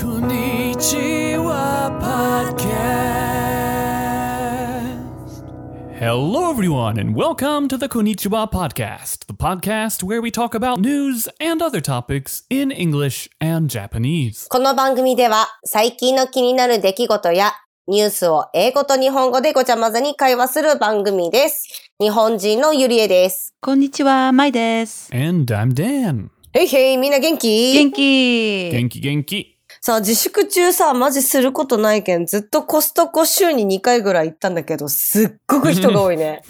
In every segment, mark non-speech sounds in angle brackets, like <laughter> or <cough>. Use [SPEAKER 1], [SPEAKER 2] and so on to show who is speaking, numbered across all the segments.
[SPEAKER 1] こんにちは、podcast. Hello, everyone, and welcome to the Konnichiwa Podcast, the podcast where we talk about news and other topics in English and Japanese.
[SPEAKER 2] この番組では最近の気になる出来事やニュースを英語と日本語でごちゃ混ぜに会話する番組です。日本人のゆりえです。
[SPEAKER 3] こんにちは、まいです。
[SPEAKER 1] And I'm Dan.
[SPEAKER 2] へいへい、みんな元気
[SPEAKER 3] 元気
[SPEAKER 1] Genki Genki.
[SPEAKER 2] さあ、自粛中さ、マジすることないけん、ずっとコストコ週に2回ぐらい行ったんだけど、すっごく人が多い <laughs> ね。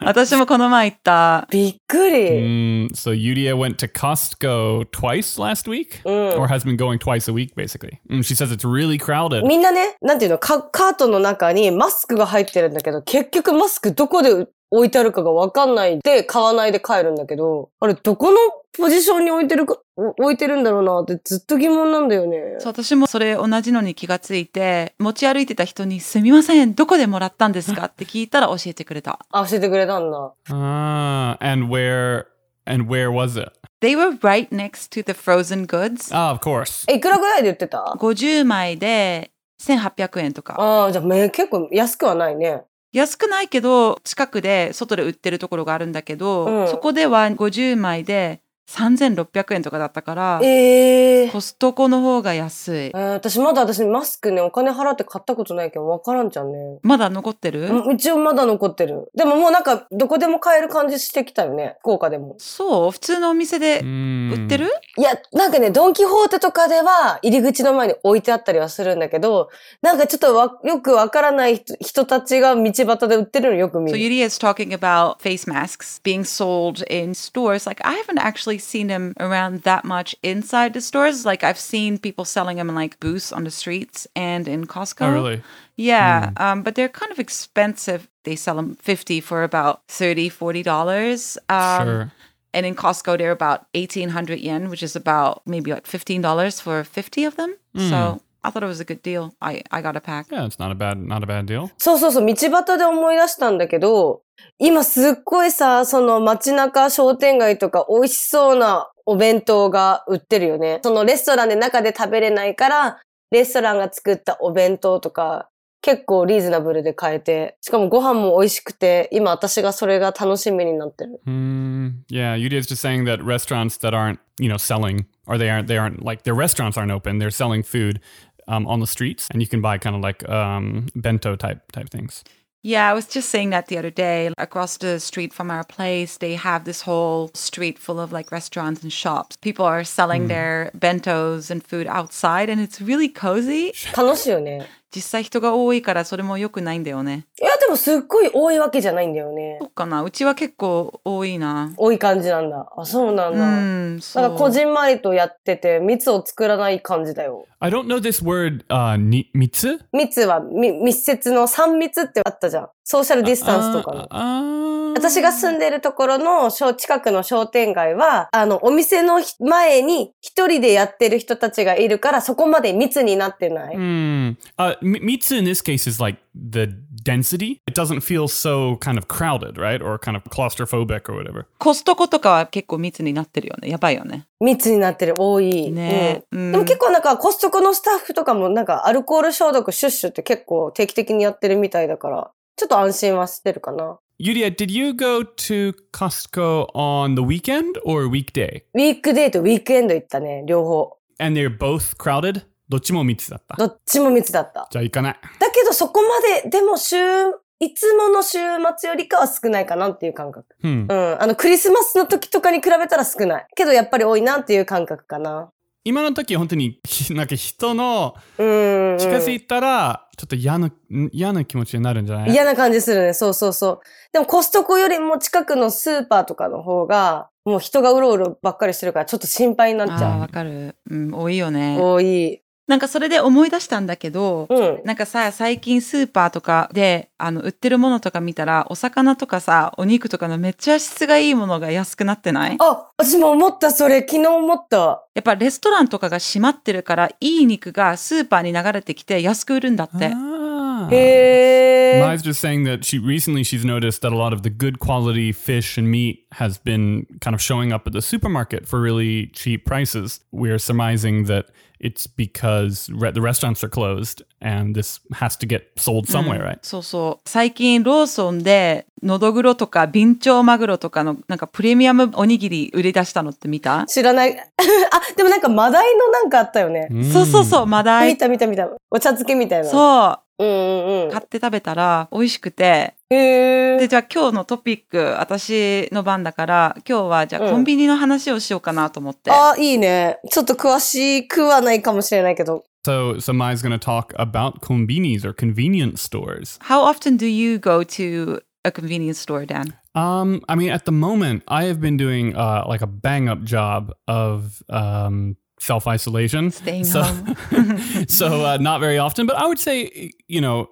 [SPEAKER 3] 私もこの前行った。
[SPEAKER 2] びっくり。
[SPEAKER 1] Mm, so Yuria went to Costco twice last week, or has been going twice a week, basically. Mm, she says it's really crowded.
[SPEAKER 2] みんなね、なんていうの、カカートの中にマスクが入ってるんだけど、結局マスクどこで置いてあるかがわかんないで、買わないで帰るんだけど、あれ、どこのポジションに置いてるか、お置いてるんだろうなってずっと疑問なんだよね。
[SPEAKER 3] そう私もそれ同じのに気がついて、持ち歩いてた人にすみません、どこでもらったんですかって聞いたら教えてくれた。
[SPEAKER 2] あ、教えてくれたんだ。
[SPEAKER 1] Ah, and where and where was it?
[SPEAKER 3] They were right next to the frozen goods.
[SPEAKER 1] Ah, of course.
[SPEAKER 2] え、いくらぐらいで売ってた
[SPEAKER 3] 50枚で1800円とか。
[SPEAKER 2] ああ、じゃあ、め、結構安くはないね。
[SPEAKER 3] 安くないけど、近くで外で売ってるところがあるんだけど、
[SPEAKER 2] うん
[SPEAKER 3] そこでは50枚で3600円とかだったから、
[SPEAKER 2] ええ
[SPEAKER 3] コストコの方が安い
[SPEAKER 2] え。ー私まだ私マスクね、お金払って買ったことないけど分からんじゃんね。
[SPEAKER 3] まだ残ってる
[SPEAKER 2] うん一応まだ残ってる。でももうなんか、どこでも買える感じしてきたよね。福岡でも。
[SPEAKER 3] そう普通のお店で
[SPEAKER 1] Mm.
[SPEAKER 3] 売ってる、
[SPEAKER 2] いや、なんかね、ドンキホーテとかでは、入り口の前に置いてあったりはするんだけど、なんかちょっとわ、よくわからない人人たちが道端で売ってるのよく見
[SPEAKER 1] Mm.
[SPEAKER 3] So
[SPEAKER 2] る。
[SPEAKER 3] Yuri is talking about face masks being sold in stores. Like I haven't actually seen them around that much inside the stores. Like I've seen people selling them in like booths on the streets and in Costco.
[SPEAKER 1] Oh, really? Mm.
[SPEAKER 3] Yeah, um, but they're kind of expensive. They sell them 50 for about 30, 40 dollars. Um,
[SPEAKER 1] sure.
[SPEAKER 3] And in Costco, they're about 1,800 yen, which is about maybe like $15 for 50 of them.
[SPEAKER 1] Mm.
[SPEAKER 3] So I thought it was a good deal. I, I got a pack.
[SPEAKER 1] Yeah, it's not a bad not a bad deal.
[SPEAKER 2] そうそうそう、道端で思い出したんだけど、今すっごいさ、その街中商店街とか美味しそうなお弁当が売ってるよね。そのレストランで中で食べれないから、レストランが作ったお弁当とか、結構リーズナブルで買えて、しかもご飯も美味しくて、今私がそれが楽しみになってる。
[SPEAKER 1] Mm, yeah, Yuria's just saying that restaurants that aren't you know selling or they aren't they aren't like their restaurants aren't open. They're selling food um, on the streets, and you can buy kind of like um, bento type type things.
[SPEAKER 3] Yeah, I was just saying that the other day. Across the street from our place, they have this whole street full of like restaurants and shops. People are selling their bentos and food outside, and it's really cozy.
[SPEAKER 2] 楽しいよね。
[SPEAKER 3] 実際人が多いからそれも良くないんだよね。
[SPEAKER 2] いや、でもすっごい多いわけじゃないんだよね
[SPEAKER 3] そ。うかなうちは結構多いな。
[SPEAKER 2] 多い感じなんだ。あ、そうなんだ。
[SPEAKER 3] うん、そう。
[SPEAKER 2] なんかこじんまりとやってて、蜜を作らない感じだよ。
[SPEAKER 1] I don't know this word uh, ni- mitsu.
[SPEAKER 2] 蜜はみ密接の三密ってあったじゃん。ソーシャルディスタンスとかの。
[SPEAKER 1] Uh,
[SPEAKER 2] 私が住んでるところの小近くの商店街は、あの、お店のひ前に一人でやってる人たちがいるから、そこまで密になってない。
[SPEAKER 1] Mm. Uh, mi- mitsu in this case is like the density. It doesn't feel so kind of crowded, right? Or kind of claustrophobic or whatever.
[SPEAKER 3] コストコとかは結構密になってるよね。やばいよね。
[SPEAKER 2] 密になってる、多い。
[SPEAKER 3] ね
[SPEAKER 2] う
[SPEAKER 3] うんん
[SPEAKER 2] でも結構なんかコストコのスタッフとかもなんかアルコール消毒シュッシュって結構定期的にやってるみたいだから、ちょっと安心はしてるかな。
[SPEAKER 1] Yuria, did you go to Costco on the weekend or weekday?
[SPEAKER 2] ウィークデーとウィークエンド行ったね、両方。
[SPEAKER 1] And they're both crowded? どっちも密だった。
[SPEAKER 2] どっちも密だった。
[SPEAKER 1] じゃあ行かない。
[SPEAKER 2] だけどそこまで、でも週、いつもの週末よりかは少ないかなっていう感覚。
[SPEAKER 1] Hmm.
[SPEAKER 2] うん。あの、クリスマスの時とかに比べたら少ない。けどやっぱり多いなっていう感覚かな。
[SPEAKER 1] 今の時本当 <laughs> になんか人の
[SPEAKER 2] うん、うん。
[SPEAKER 1] 近づいたらちょっと嫌な,、嫌な気持ちになるんじゃない
[SPEAKER 2] 嫌な感じするね。そうそうそう。でもコストコよりも近くのスーパーとかの方が、もう人がうろうろばっかりしてるからちょっと心配になっち
[SPEAKER 3] ああ、
[SPEAKER 2] ゃ
[SPEAKER 3] わかる。うん、多いよ
[SPEAKER 2] う。
[SPEAKER 3] ね。
[SPEAKER 2] 多い。
[SPEAKER 3] なんかそれで思い出したんだけど、
[SPEAKER 2] うん。
[SPEAKER 3] なんかさ最近スーパーとかであの売ってるものとか見たらお魚とかさお肉とかのめっちゃ質がいいものが安くなってない
[SPEAKER 2] あ、私も思った、それ。昨日思った。
[SPEAKER 3] やっぱレストランとかが閉まってるからいい肉がスーパーに流れてきて安く売るんだって
[SPEAKER 1] あー
[SPEAKER 2] へえ。
[SPEAKER 1] Mai's just saying that she recently she's noticed that a lot of the good quality fish and meat has been kind of showing up at the supermarket for really cheap prices. We are surmising that it's because re- the restaurants are closed and this has to get sold
[SPEAKER 3] Hmm.
[SPEAKER 1] somewhere, right?
[SPEAKER 3] そうそう。最近ローソンで、のどぐろとか、ビンチョウマグロとかの、なんかプレミアムおにぎり売り出したのって見た、
[SPEAKER 2] 知らない。 <laughs> あ、でもなんかマダイのなんかあったよね。
[SPEAKER 3] そうそう
[SPEAKER 1] Hmm.
[SPEAKER 3] そう、マダ
[SPEAKER 2] 見
[SPEAKER 3] イ。
[SPEAKER 2] た見た見た。お茶漬けみたいな。う。
[SPEAKER 3] そ
[SPEAKER 2] うんうんう
[SPEAKER 3] う。
[SPEAKER 2] ん。
[SPEAKER 3] 買って食べたら美味しくて。
[SPEAKER 2] へ
[SPEAKER 3] で、
[SPEAKER 2] え。
[SPEAKER 3] じゃあ今日のトピック、私の番だから、今日はじゃあコンビニの話をしようかなと思って。
[SPEAKER 2] あ、いいね。ちょっと詳しくはないかもしれないけど。
[SPEAKER 1] So so Mai's going to talk about kombinis or convenience stores.
[SPEAKER 3] How often do you go to a convenience store, Dan?
[SPEAKER 1] Um, I mean, at the moment, I have been doing uh, like a bang up job of um, self isolation.
[SPEAKER 3] Staying
[SPEAKER 1] so,
[SPEAKER 3] home.
[SPEAKER 1] <laughs> so uh, not very often, but I would say, you know,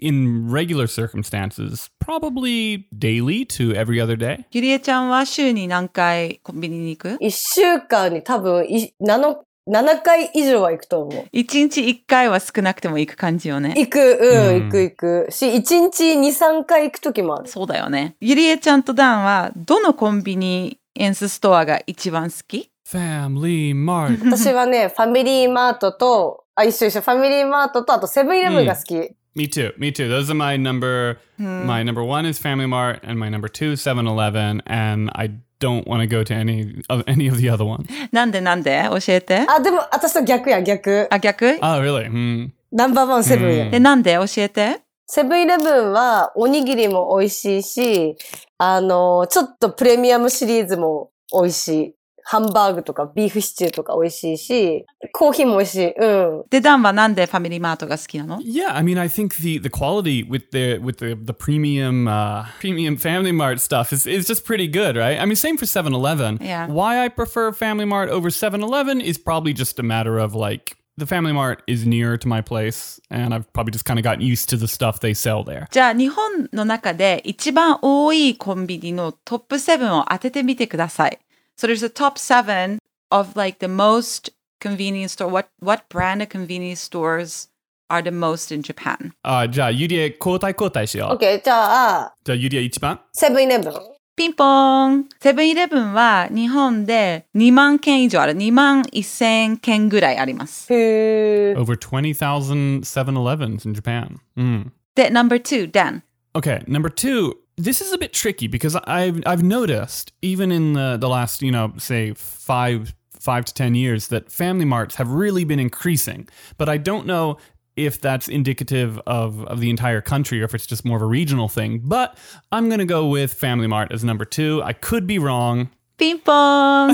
[SPEAKER 1] in regular circumstances, probably daily to every other day.
[SPEAKER 3] ゆりえちゃんは週に何回コンビニに行く
[SPEAKER 2] 一週間に多分い7、7回以上は行くと思う。
[SPEAKER 3] 一日一回は少なくても行く感じよね。
[SPEAKER 2] 行く、うん、
[SPEAKER 1] うん
[SPEAKER 2] 行く行く。し、一日2、3回行くときもある。
[SPEAKER 3] そうだよね。ゆりえちゃんとダンはどのコンビニエンスストアが一番好き
[SPEAKER 1] Family Mart.
[SPEAKER 2] 私はね、ファミリーマートと、あ、一緒一緒、ファミリーマートと、あとセブンイレブンが好き。
[SPEAKER 1] me too. Me too. Those are my number. My number one is Family Mart, and my number two, 7 Eleven. And I don't want to go to any of any of the other ones.
[SPEAKER 3] なんでなんで教えて。
[SPEAKER 2] あ、でも、私と逆や、逆。
[SPEAKER 3] あ、逆
[SPEAKER 1] Oh, really? Hmm.
[SPEAKER 2] ナンバーワンセブンや。
[SPEAKER 1] うん
[SPEAKER 3] で、なんで教えて。
[SPEAKER 2] セブンイレブンはおにぎりも美味しいし、あの、ちょっとプレミアムシリーズも美味しい。ハンバーグとかビーフシチューとか美味しいし、コーヒーも美味しい。うん。
[SPEAKER 3] で、ダンはなんでファミリーマートが好きなの
[SPEAKER 1] Yeah, I mean, I think the the quality with the with the the premium uh, premium Family Mart stuff is is just pretty good, right? I mean, same for 7-Eleven.
[SPEAKER 3] Yeah.
[SPEAKER 1] Why I prefer Family Mart over 7-Eleven is probably just a matter of like the Family Mart is nearer to my place, and I've probably just kind of gotten used to the stuff they sell there.
[SPEAKER 3] じゃあ、日本の中で一番多いコンビニのトップ7を当ててみてください。So there's a top 7 of like the most convenience store. What, what brand of convenience stores are the most in Japan?
[SPEAKER 1] Uh, じゃあ、ユリエ、交代交代しよう。
[SPEAKER 2] OK、じゃあ、
[SPEAKER 1] じゃあ、ユリエ一番。
[SPEAKER 2] セブンイレブン。
[SPEAKER 3] ピンポーンセブンイレブンは日本で2万件以上ある。2万1000件ぐらいあります。
[SPEAKER 2] へー。
[SPEAKER 1] Over 20,000 7-Elevens in Japan. Mm.
[SPEAKER 3] で、No.2、Dan。
[SPEAKER 1] Okay, number two. This is a bit tricky because I've I've noticed even in the the last you know say five five to ten years that family marts have really been increasing, but I don't know if that's indicative of, of the entire country or if it's just more of a regional thing. But I'm gonna go with Family Mart as number two. I could be wrong. <laughs>
[SPEAKER 3] ピンポーン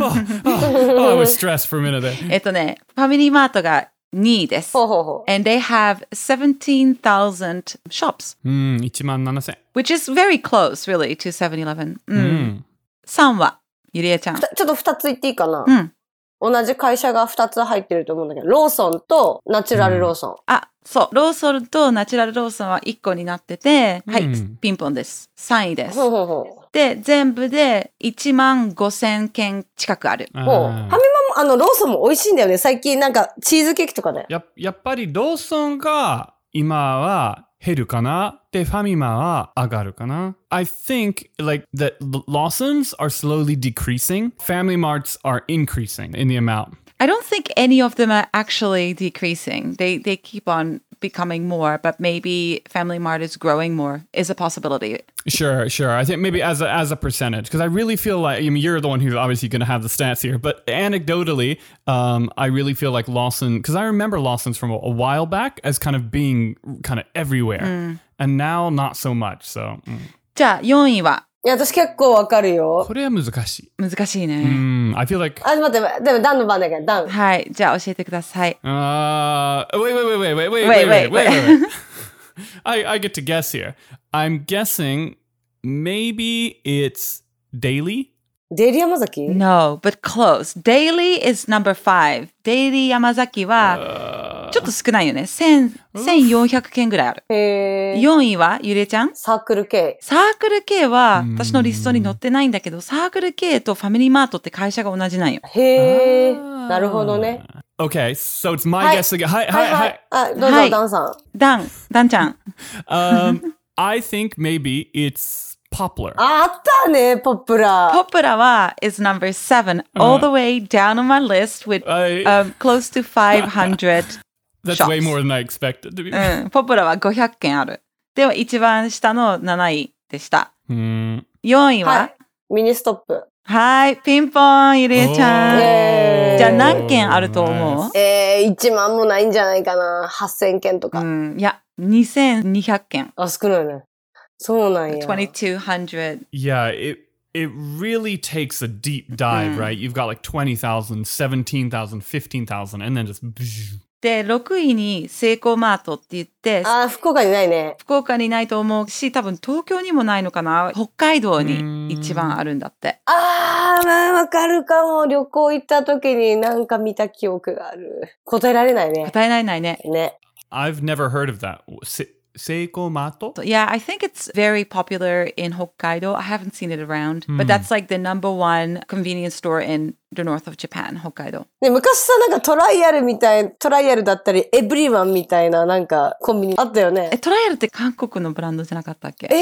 [SPEAKER 1] Oh, oh, oh, I was stressed for a minute there.
[SPEAKER 3] えっとね、ファミリーマートが2位です。
[SPEAKER 2] ほうほうほ
[SPEAKER 3] And they have 17,000 shops,
[SPEAKER 1] Mm, 17,000.
[SPEAKER 3] which is very close, really, to 7-Eleven. うん。
[SPEAKER 1] Mm.
[SPEAKER 3] 3は、ゆりえちゃん
[SPEAKER 2] う。。ちょっと二つ言っていいかな、
[SPEAKER 3] うん
[SPEAKER 2] 同じ会社が二つ入ってると思うんだけど、ローソンとナチュラルローソン。
[SPEAKER 3] あ、そう。ローソンとナチュラルローソンは1個になってて、はい、
[SPEAKER 1] うん
[SPEAKER 3] ピンポンです。3位です
[SPEAKER 2] ほ。うほうほう。
[SPEAKER 3] で、全部で1万5000件近くある。
[SPEAKER 2] もう、ファ
[SPEAKER 1] Ah.
[SPEAKER 2] ミマも、あの、ローソンも美味しいんだよね。最近なんか、チーズケーキとかね。
[SPEAKER 1] ややっぱりローソンが今は減るかなでファミマは上がるかな I think like that Lawson's are slowly decreasing. Family Marts are increasing in the amount.
[SPEAKER 3] I don't think any of them are actually decreasing. They they keep on becoming more, but maybe Family Mart is growing more is a possibility.
[SPEAKER 1] Sure, sure. I think maybe as a, as a percentage, because I really feel like I mean you're the one who's obviously going to have the stats here, but anecdotally, um, I really feel like Lawson because I remember Lawson's from a, a while back as kind of being kind of everywhere, and now not so much. So Mm. うん
[SPEAKER 3] じゃあ4位はい
[SPEAKER 2] や、私結構わかるよ。
[SPEAKER 1] これは難しい。
[SPEAKER 3] 難しいね。
[SPEAKER 1] Mm, I feel like
[SPEAKER 2] あ、待って、でも、ダンの番だけど、ダン。
[SPEAKER 3] はい、じゃあ教えてください。
[SPEAKER 1] Uh, wait, wait, wait, wait, wait, wait, wait, wait, wait.
[SPEAKER 3] Wait, wait,
[SPEAKER 1] <laughs> wait, wait. I, I get to guess here. I'm guessing maybe it's daily.
[SPEAKER 2] デイリー山崎
[SPEAKER 3] No, but close. Daily is number five. Daily 山崎はちょっと少ないよね。1000 1400件ぐらいある。
[SPEAKER 2] へー。
[SPEAKER 3] 4位はゆりえちゃん
[SPEAKER 2] サークル系。
[SPEAKER 3] サークル系は私のリストに載ってないんだけど、サークル系とファミリーマートって会社が同じなんよ。
[SPEAKER 2] へー。
[SPEAKER 1] あー
[SPEAKER 2] なるほどね。
[SPEAKER 1] Okay, so it's my
[SPEAKER 2] Hi.
[SPEAKER 1] guess again. Hi,
[SPEAKER 2] は
[SPEAKER 1] hi,
[SPEAKER 2] いは
[SPEAKER 1] hi.
[SPEAKER 2] い。あ、どう
[SPEAKER 3] は
[SPEAKER 2] ぞ、
[SPEAKER 3] い
[SPEAKER 2] ダンさん。
[SPEAKER 3] ダン、ダンちゃん。
[SPEAKER 1] <laughs> Um, I think maybe it's poplar.
[SPEAKER 2] ああったね、ポップラ。
[SPEAKER 3] Popurawa is number seven, all the way down on my list with
[SPEAKER 1] I-
[SPEAKER 3] um, close to <laughs> 500.
[SPEAKER 1] That's
[SPEAKER 3] shops.
[SPEAKER 1] way more than I expected to be.
[SPEAKER 3] うん、ポプラは500件ある。では、一番下の7位でした。
[SPEAKER 1] Hmm.
[SPEAKER 3] 4位は、
[SPEAKER 2] はミニストップ。
[SPEAKER 3] はい、ピンポン、ゆりえちゃん。
[SPEAKER 2] えー
[SPEAKER 3] じゃあ何件あると思
[SPEAKER 1] Oh, nice.
[SPEAKER 3] う、
[SPEAKER 2] えー、1万もないんじゃないかな。8000件とか。
[SPEAKER 3] うん、いや、2200件。
[SPEAKER 2] あ、少ないね。そうなんや。
[SPEAKER 3] 2200。
[SPEAKER 1] Yeah, it it really takes a deep dive, right? You've got like 20,000, 17,000, 15,000 and then just
[SPEAKER 3] で、6位にセイコーマートって言って、
[SPEAKER 2] あー、福岡にないね。
[SPEAKER 3] 福岡にないと思うし、多分東京にもないのかな。北海道に一番あるんだって。
[SPEAKER 2] あー、まあ、わかるかも。旅行行った時になんか見た記憶がある。答えられないね。
[SPEAKER 3] 答えられないね。
[SPEAKER 2] ね。
[SPEAKER 1] I've never heard of that. Se- Seiko Mato?
[SPEAKER 3] Yeah, I think it's very popular in Hokkaido. I haven't seen it around, but that's like the number one convenience store in the north of Japan, Hokkaido.
[SPEAKER 2] で昔さ、なんかトライアルみたい、トライアルだったり、エブリワンみたいななんかコンビニあったよね
[SPEAKER 3] え、。トライアルって韓国のブランドじゃなかったっ
[SPEAKER 2] え
[SPEAKER 3] け
[SPEAKER 2] ー、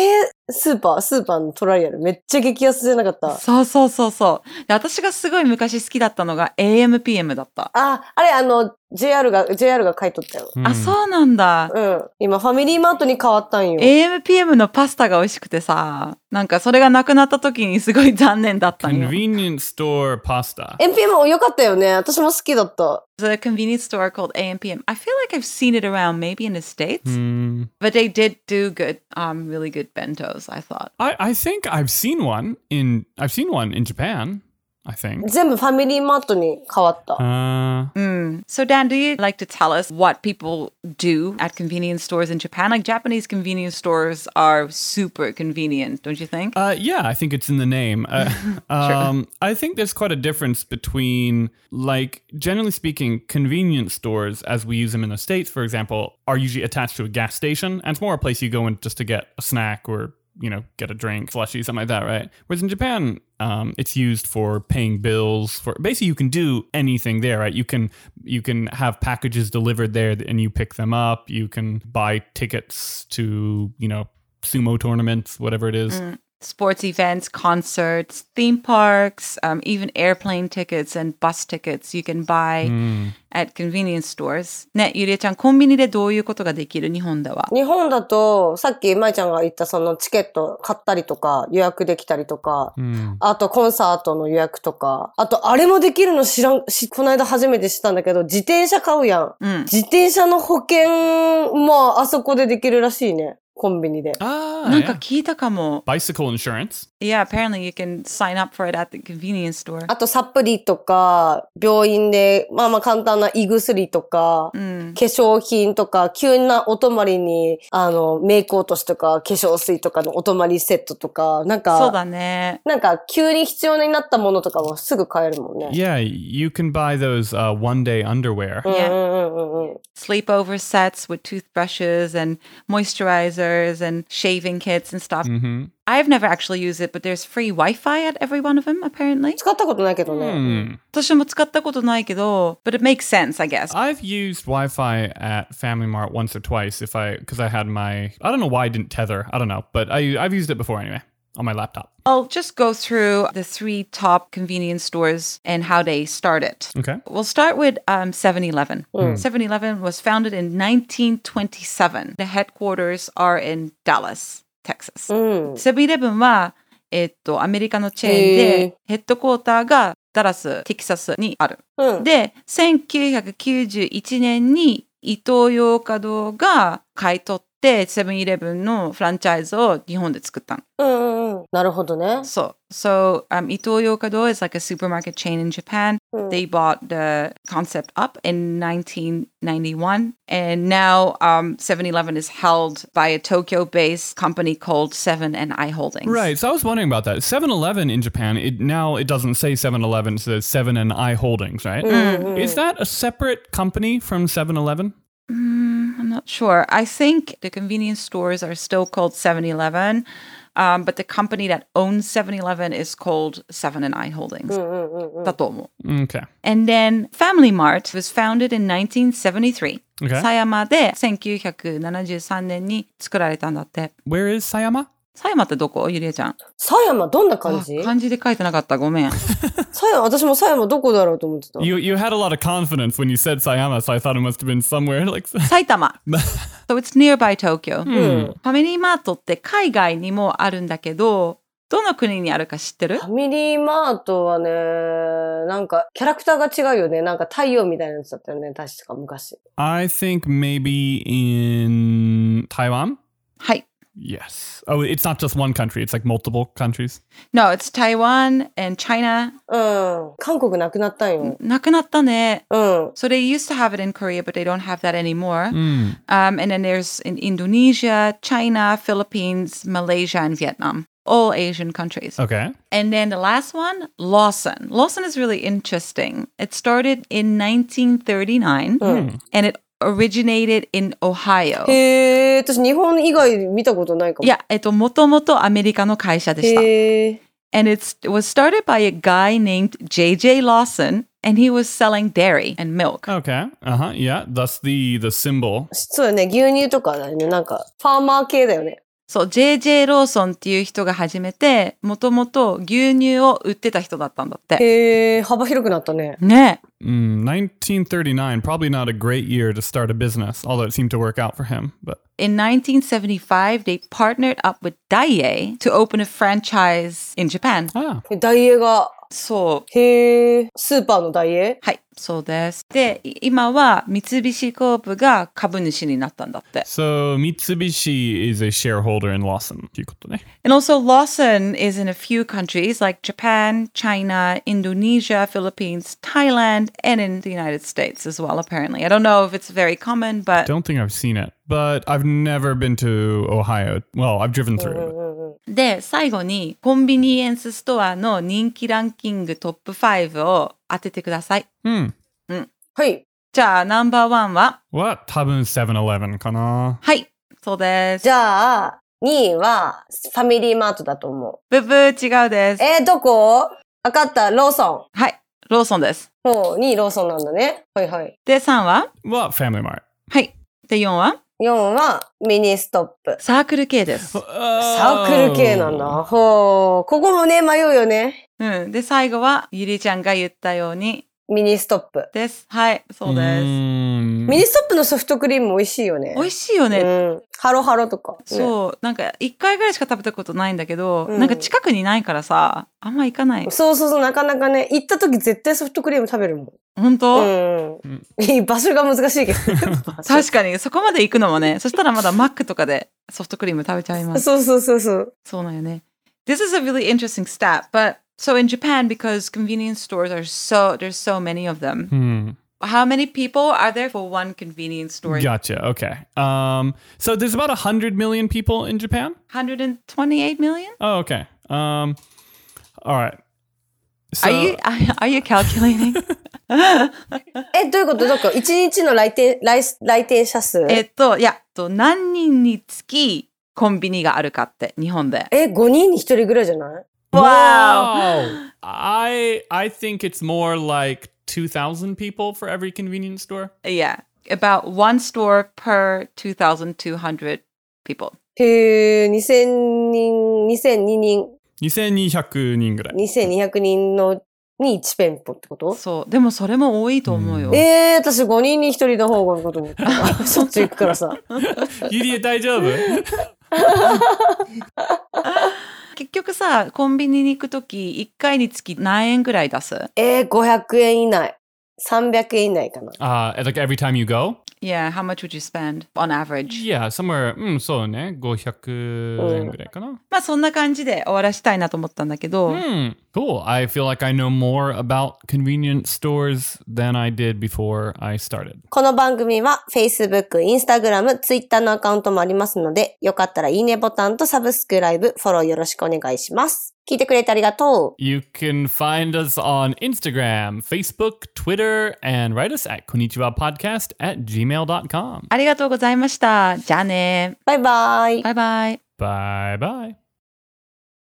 [SPEAKER 2] スーパー、スーパーのトライアル。めっちゃ激安じゃなかった。
[SPEAKER 3] そうそうそうそう。で私がすごい昔好きだったのが AMPM だった。
[SPEAKER 2] あ、あれ、あの、JR が、JR が買い取ったよ。
[SPEAKER 3] あ、そうなんだ。
[SPEAKER 2] うん。今、ファミリーマートに変わったんよ。
[SPEAKER 3] AMPM のパスタが美味しくてさ、なんかそれがなくなった時にすごい残念だったのよ。
[SPEAKER 1] Convenience store pasta.
[SPEAKER 2] NPM 良かったよね。私も好きだった。
[SPEAKER 3] There's a convenience store called AMPM. I feel like I've seen it around maybe in the States,
[SPEAKER 1] Hmm.
[SPEAKER 3] but they did do good, um, really good bentos, I thought.
[SPEAKER 1] I, I think I've seen one in I've seen one in Japan, I think.
[SPEAKER 2] 全部ファミリーマートに変わった。
[SPEAKER 1] Uh,
[SPEAKER 3] Mm. So, Dan, do you like to tell us what people do at convenience stores in Japan? Like, Japanese convenience stores are super convenient, don't you think?
[SPEAKER 1] uh, yeah, I think it's in the name. Uh, um, I think there's quite a difference between, like, generally speaking, convenience stores, as we use them in the States, for example, are usually attached to a gas station. And it's more a place you go in just to get a snack or, you know, get a drink, slushy, something like that, right? Whereas in Japan, um, it's used for paying bills for basically you can do anything there right you can you can have packages delivered there and you pick them up you can buy tickets to you know sumo tournaments whatever it is
[SPEAKER 3] Sports events, concerts, theme parks, um, even airplane tickets and bus tickets you can buy
[SPEAKER 1] Mm,
[SPEAKER 3] at convenience stores. ね、ゆりえちゃん、コンビニでどういうことができる日本では
[SPEAKER 2] 日本だと、さっき舞ちゃんが言ったそのチケット買ったりとか、予約できたりとか、
[SPEAKER 1] mm.
[SPEAKER 2] あとコンサートの予約とか、あとあれもできるの知らん、し、この間初めて知ったんだけど、自転車買うやん。
[SPEAKER 3] ん
[SPEAKER 2] 自転車の保険もあそこでできるらしいね。コンビニで。
[SPEAKER 1] Ah,
[SPEAKER 3] なん
[SPEAKER 1] yeah.
[SPEAKER 3] か聞いたかも。
[SPEAKER 1] bicycle insurance.
[SPEAKER 3] Yeah, apparently you can sign up for it at the convenience store.
[SPEAKER 2] あとサプリとか、病院で、まあまあ簡単な胃薬とか、
[SPEAKER 3] うん。
[SPEAKER 2] 化粧品とか、急なお泊まりに、あの、メイク落としとか、化粧水とかのお泊まりセットとか、なんか、
[SPEAKER 3] そうだね。
[SPEAKER 2] なんか、急に必要になったものとかもすぐ買えるもんね。
[SPEAKER 1] Yeah, you can buy those uh, one day underwear.
[SPEAKER 2] うん
[SPEAKER 3] Yeah.
[SPEAKER 2] うんうんうん
[SPEAKER 3] sleepover sets with toothbrushes and moisturizers and shaving kits and stuff.
[SPEAKER 1] Mm-hmm.
[SPEAKER 3] I've never actually used it, but there's free Wi-Fi at every one of them apparently.
[SPEAKER 2] 使ったことないけど
[SPEAKER 1] mm.
[SPEAKER 2] ね。
[SPEAKER 3] 私も使ったことないけど but it makes sense, I guess.
[SPEAKER 1] I've used Wi-Fi at Family Mart once or twice if I because I had my I don't know why I didn't tether I don't know but I I've used it before anyway on my laptop.
[SPEAKER 3] I'll just go through the three top convenience stores and how they started.
[SPEAKER 1] Okay.
[SPEAKER 3] We'll start with um, 7-Eleven.
[SPEAKER 2] Hmm.
[SPEAKER 3] 7-Eleven was founded in 1927. The headquarters are in Dallas, Texas.
[SPEAKER 2] うん。
[SPEAKER 3] セブンイレブンは、えーっと、アメリカのチェーンで、
[SPEAKER 2] へー
[SPEAKER 3] ヘッドクォーターがダラス、テキサスにある。
[SPEAKER 2] うん。
[SPEAKER 3] で、1991年にイトーヨーカドーが買い取って、セブンイレブンのフランチャイズを日本で作ったの。
[SPEAKER 2] うんうんうん。なるほどね。
[SPEAKER 3] そう。So, um, イトーヨーカドー is like a supermarket chain in Japan.
[SPEAKER 2] うん
[SPEAKER 3] They bought the concept up in 1991. And now um, 7-Eleven is held by a Tokyo-based company called Seven and I Holdings.
[SPEAKER 1] Right. So I was wondering about that. 7-Eleven in Japan it now it doesn't say 7-Eleven it says 7 and I Holdings, right?
[SPEAKER 2] うんうんうん
[SPEAKER 1] Is that a separate company from 7-Eleven?
[SPEAKER 3] Mm, I'm not sure. I think the convenience stores are still called 7 Eleven. Um, but the company that owns 7 Eleven is called 7 and I Holdings.
[SPEAKER 2] うんうんうん。
[SPEAKER 3] Tatomo.
[SPEAKER 1] Mm, Okay.
[SPEAKER 3] And then Family Mart was founded in 1973.
[SPEAKER 1] Okay.
[SPEAKER 3] 狭山で1973年に作られたんだって。
[SPEAKER 1] Where is Sayama?
[SPEAKER 3] 狭山ってどこゆりえちゃん。
[SPEAKER 2] 狭山どんな感じ
[SPEAKER 3] あ漢字で書いてなかった。ごめん。 <laughs>
[SPEAKER 2] 狭山、私も狭山どこだろうと思ってた。
[SPEAKER 1] You you had a lot of confidence when you said Sayama, so I thought it must have been somewhere <laughs> like.
[SPEAKER 3] 埼玉。so it's nearby Tokyo.
[SPEAKER 2] う
[SPEAKER 1] Hmm.
[SPEAKER 2] ん。
[SPEAKER 3] ファミリーマートって海外にもあるんだけど、どの国にあるか知ってる
[SPEAKER 2] ファミリーマートはね、なんかキャラクターが違うよね。なんか太陽みたいなやつだったよね。確か昔。
[SPEAKER 1] I think maybe in Taiwan.
[SPEAKER 3] はい。
[SPEAKER 1] Yes. Oh, it's not just one country. It's like multiple countries.
[SPEAKER 3] No, it's Taiwan and China.
[SPEAKER 2] うん。韓国なくなったんよ。
[SPEAKER 3] なくなったね。
[SPEAKER 2] うん。
[SPEAKER 3] So they used to have it in Korea, but they don't have that anymore.
[SPEAKER 1] Mm.
[SPEAKER 3] Um, and then there's in Indonesia, China, Philippines, Malaysia, and Vietnam. All Asian countries.
[SPEAKER 1] Okay.
[SPEAKER 3] And then the last one, Lawson. Lawson is really interesting. It started in 1939 and it originated in Ohio.
[SPEAKER 2] へえ、私日本以外見たことないかも。
[SPEAKER 3] い。や、えっと、もともとアメリカの会社でした。
[SPEAKER 2] へえ。
[SPEAKER 3] And it's, it was started by a guy named J.J. Lawson, and he was selling dairy and milk.
[SPEAKER 1] Okay. Uh huh. Yeah. That's the the symbol.
[SPEAKER 2] そうだね。牛乳とかだよね。なんか、ファーマー系だよね。
[SPEAKER 3] そう、J.J. ローソンっていう人が始めて、もともと牛乳を売ってた人だったんだって。
[SPEAKER 2] へえ、幅広くなったね。
[SPEAKER 3] ね
[SPEAKER 1] Mm, 1939. Probably not a great year to start a business, although it seemed to work out for him. But
[SPEAKER 3] In 1975, they partnered up with Daiei to open a franchise in Japan.
[SPEAKER 1] ah,
[SPEAKER 2] えダイエーが、
[SPEAKER 3] そう、
[SPEAKER 2] へえ、スーパーのダイエ
[SPEAKER 3] はい、そうです。で、い今は三菱コープが株主になったんだって。
[SPEAKER 1] so Mitsubishi is a shareholder in Lawson. ということね。
[SPEAKER 3] And also, Lawson is in a few countries like Japan, China, Indonesia, Philippines, Thailand, and in the United States as well, apparently. I don't know if it's very common, but
[SPEAKER 1] Don't think I've seen it, but I've never been to Ohio. Well, I've driven
[SPEAKER 2] ー。うん
[SPEAKER 1] through.
[SPEAKER 2] うんうん。
[SPEAKER 3] で、最後にコンビニエンスストアの人気ランキングトップ5を当ててください。
[SPEAKER 1] But... Hmm.
[SPEAKER 2] はい。
[SPEAKER 3] じゃあ、ナンバーワンは
[SPEAKER 1] What? 多分7-Elevenかな。
[SPEAKER 3] はい、そうです
[SPEAKER 2] じ。ゃあ、2位は、ファミリーマートだと思
[SPEAKER 3] ブブー、違うで
[SPEAKER 2] う。
[SPEAKER 3] す。
[SPEAKER 2] えー、どこわかった、ローソ
[SPEAKER 3] はい、ローソンです。
[SPEAKER 2] ン。もう2位ローソンなんだね。はいはい。
[SPEAKER 3] で、3は
[SPEAKER 1] What? Family Mart.
[SPEAKER 3] はい。で、4は
[SPEAKER 2] 4は、ミニストップ。
[SPEAKER 3] サークル系です。
[SPEAKER 2] サークル系なんだ。ほう。ここもね、迷うよね。
[SPEAKER 3] うん。で、最後は、ゆりちゃんが言ったように、
[SPEAKER 2] ミニストップ。
[SPEAKER 3] です。はい、そうです。
[SPEAKER 1] Mm.
[SPEAKER 2] ミニストップのソフトクリーム美味しいよね。
[SPEAKER 3] 美味しいよね。
[SPEAKER 2] うん。ハロハロとか。
[SPEAKER 3] そう、なんか一回ぐらいしか食べたことないんだけど、
[SPEAKER 2] うん
[SPEAKER 3] なんか近くにないからさ、あんま行かない
[SPEAKER 2] ね。。そうそうそう、なかなかね、行った時絶対ソフトクリーム食べるもん。
[SPEAKER 3] 本当、
[SPEAKER 2] うん。場所が難しいけど。
[SPEAKER 3] 確かに、そこまで行くのもね、そしたらまだマックとかでソフトクリーム食べちゃいま
[SPEAKER 2] <laughs>
[SPEAKER 3] す。
[SPEAKER 2] そうそうそうそう。
[SPEAKER 3] そうなんよね。This is a really interesting stat, but so in Japan, because convenience stores are so, there's so many of them,
[SPEAKER 1] Hmm.
[SPEAKER 3] how many people are there for one convenience store?
[SPEAKER 1] Gotcha. Okay. Um. So there's about hundred million people in Japan.
[SPEAKER 3] 128 million?
[SPEAKER 1] Oh, okay. Um. All right. So,
[SPEAKER 3] are you are you calculating?
[SPEAKER 2] え、どういうことどういうこと一日の来店、来、来店者数
[SPEAKER 3] <laughs> えっと、いや、と何人につきコンビニがあるかって、日本で。
[SPEAKER 2] え、5人に1人ぐらいじゃない
[SPEAKER 1] Wow. I I think it's more like two thousand people for every convenience
[SPEAKER 3] <laughs>
[SPEAKER 1] store.
[SPEAKER 3] Yeah. About one store per 2,200 people.
[SPEAKER 2] へえ、2000人、2002人、
[SPEAKER 3] <laughs>
[SPEAKER 1] 2200人ぐらい。
[SPEAKER 2] 2200人のに1店舗ってこと
[SPEAKER 3] そう。でもそれも多いと思うよ。
[SPEAKER 2] ええー、私5人に1人の方がいいかと思った。 <laughs> しょっちゅう行くからさ。
[SPEAKER 1] ゆりえ大丈夫？
[SPEAKER 3] 結局さ、コンビニに行くとき、1回につき何円ぐらい出す
[SPEAKER 2] えー、500円以内。300円以内かな。
[SPEAKER 1] Uh, like every time you go?
[SPEAKER 3] Yeah, how much would you spend on average?
[SPEAKER 1] Yeah, somewhere, mm, うん、そうね。500円ぐらいかな。
[SPEAKER 3] まあそんな感じで終わらしたいなと思ったんだけど、
[SPEAKER 1] Hmm, cool. I feel like I know more about convenience stores than I did before I started.
[SPEAKER 2] この番組は Facebook、Instagram、Twitter のアカウントもありますので、よかったらいいねボタンとサブスクライブ、フォローよろしくお願いします。聞いてくれてありがとう。
[SPEAKER 1] You can find us on Instagram, Facebook, Twitter, and write us at konnichiwa podcast at gmail.com.
[SPEAKER 3] ありがとうございました。じゃあね。
[SPEAKER 2] バイバイ。
[SPEAKER 3] バイバイ。
[SPEAKER 1] Bye bye.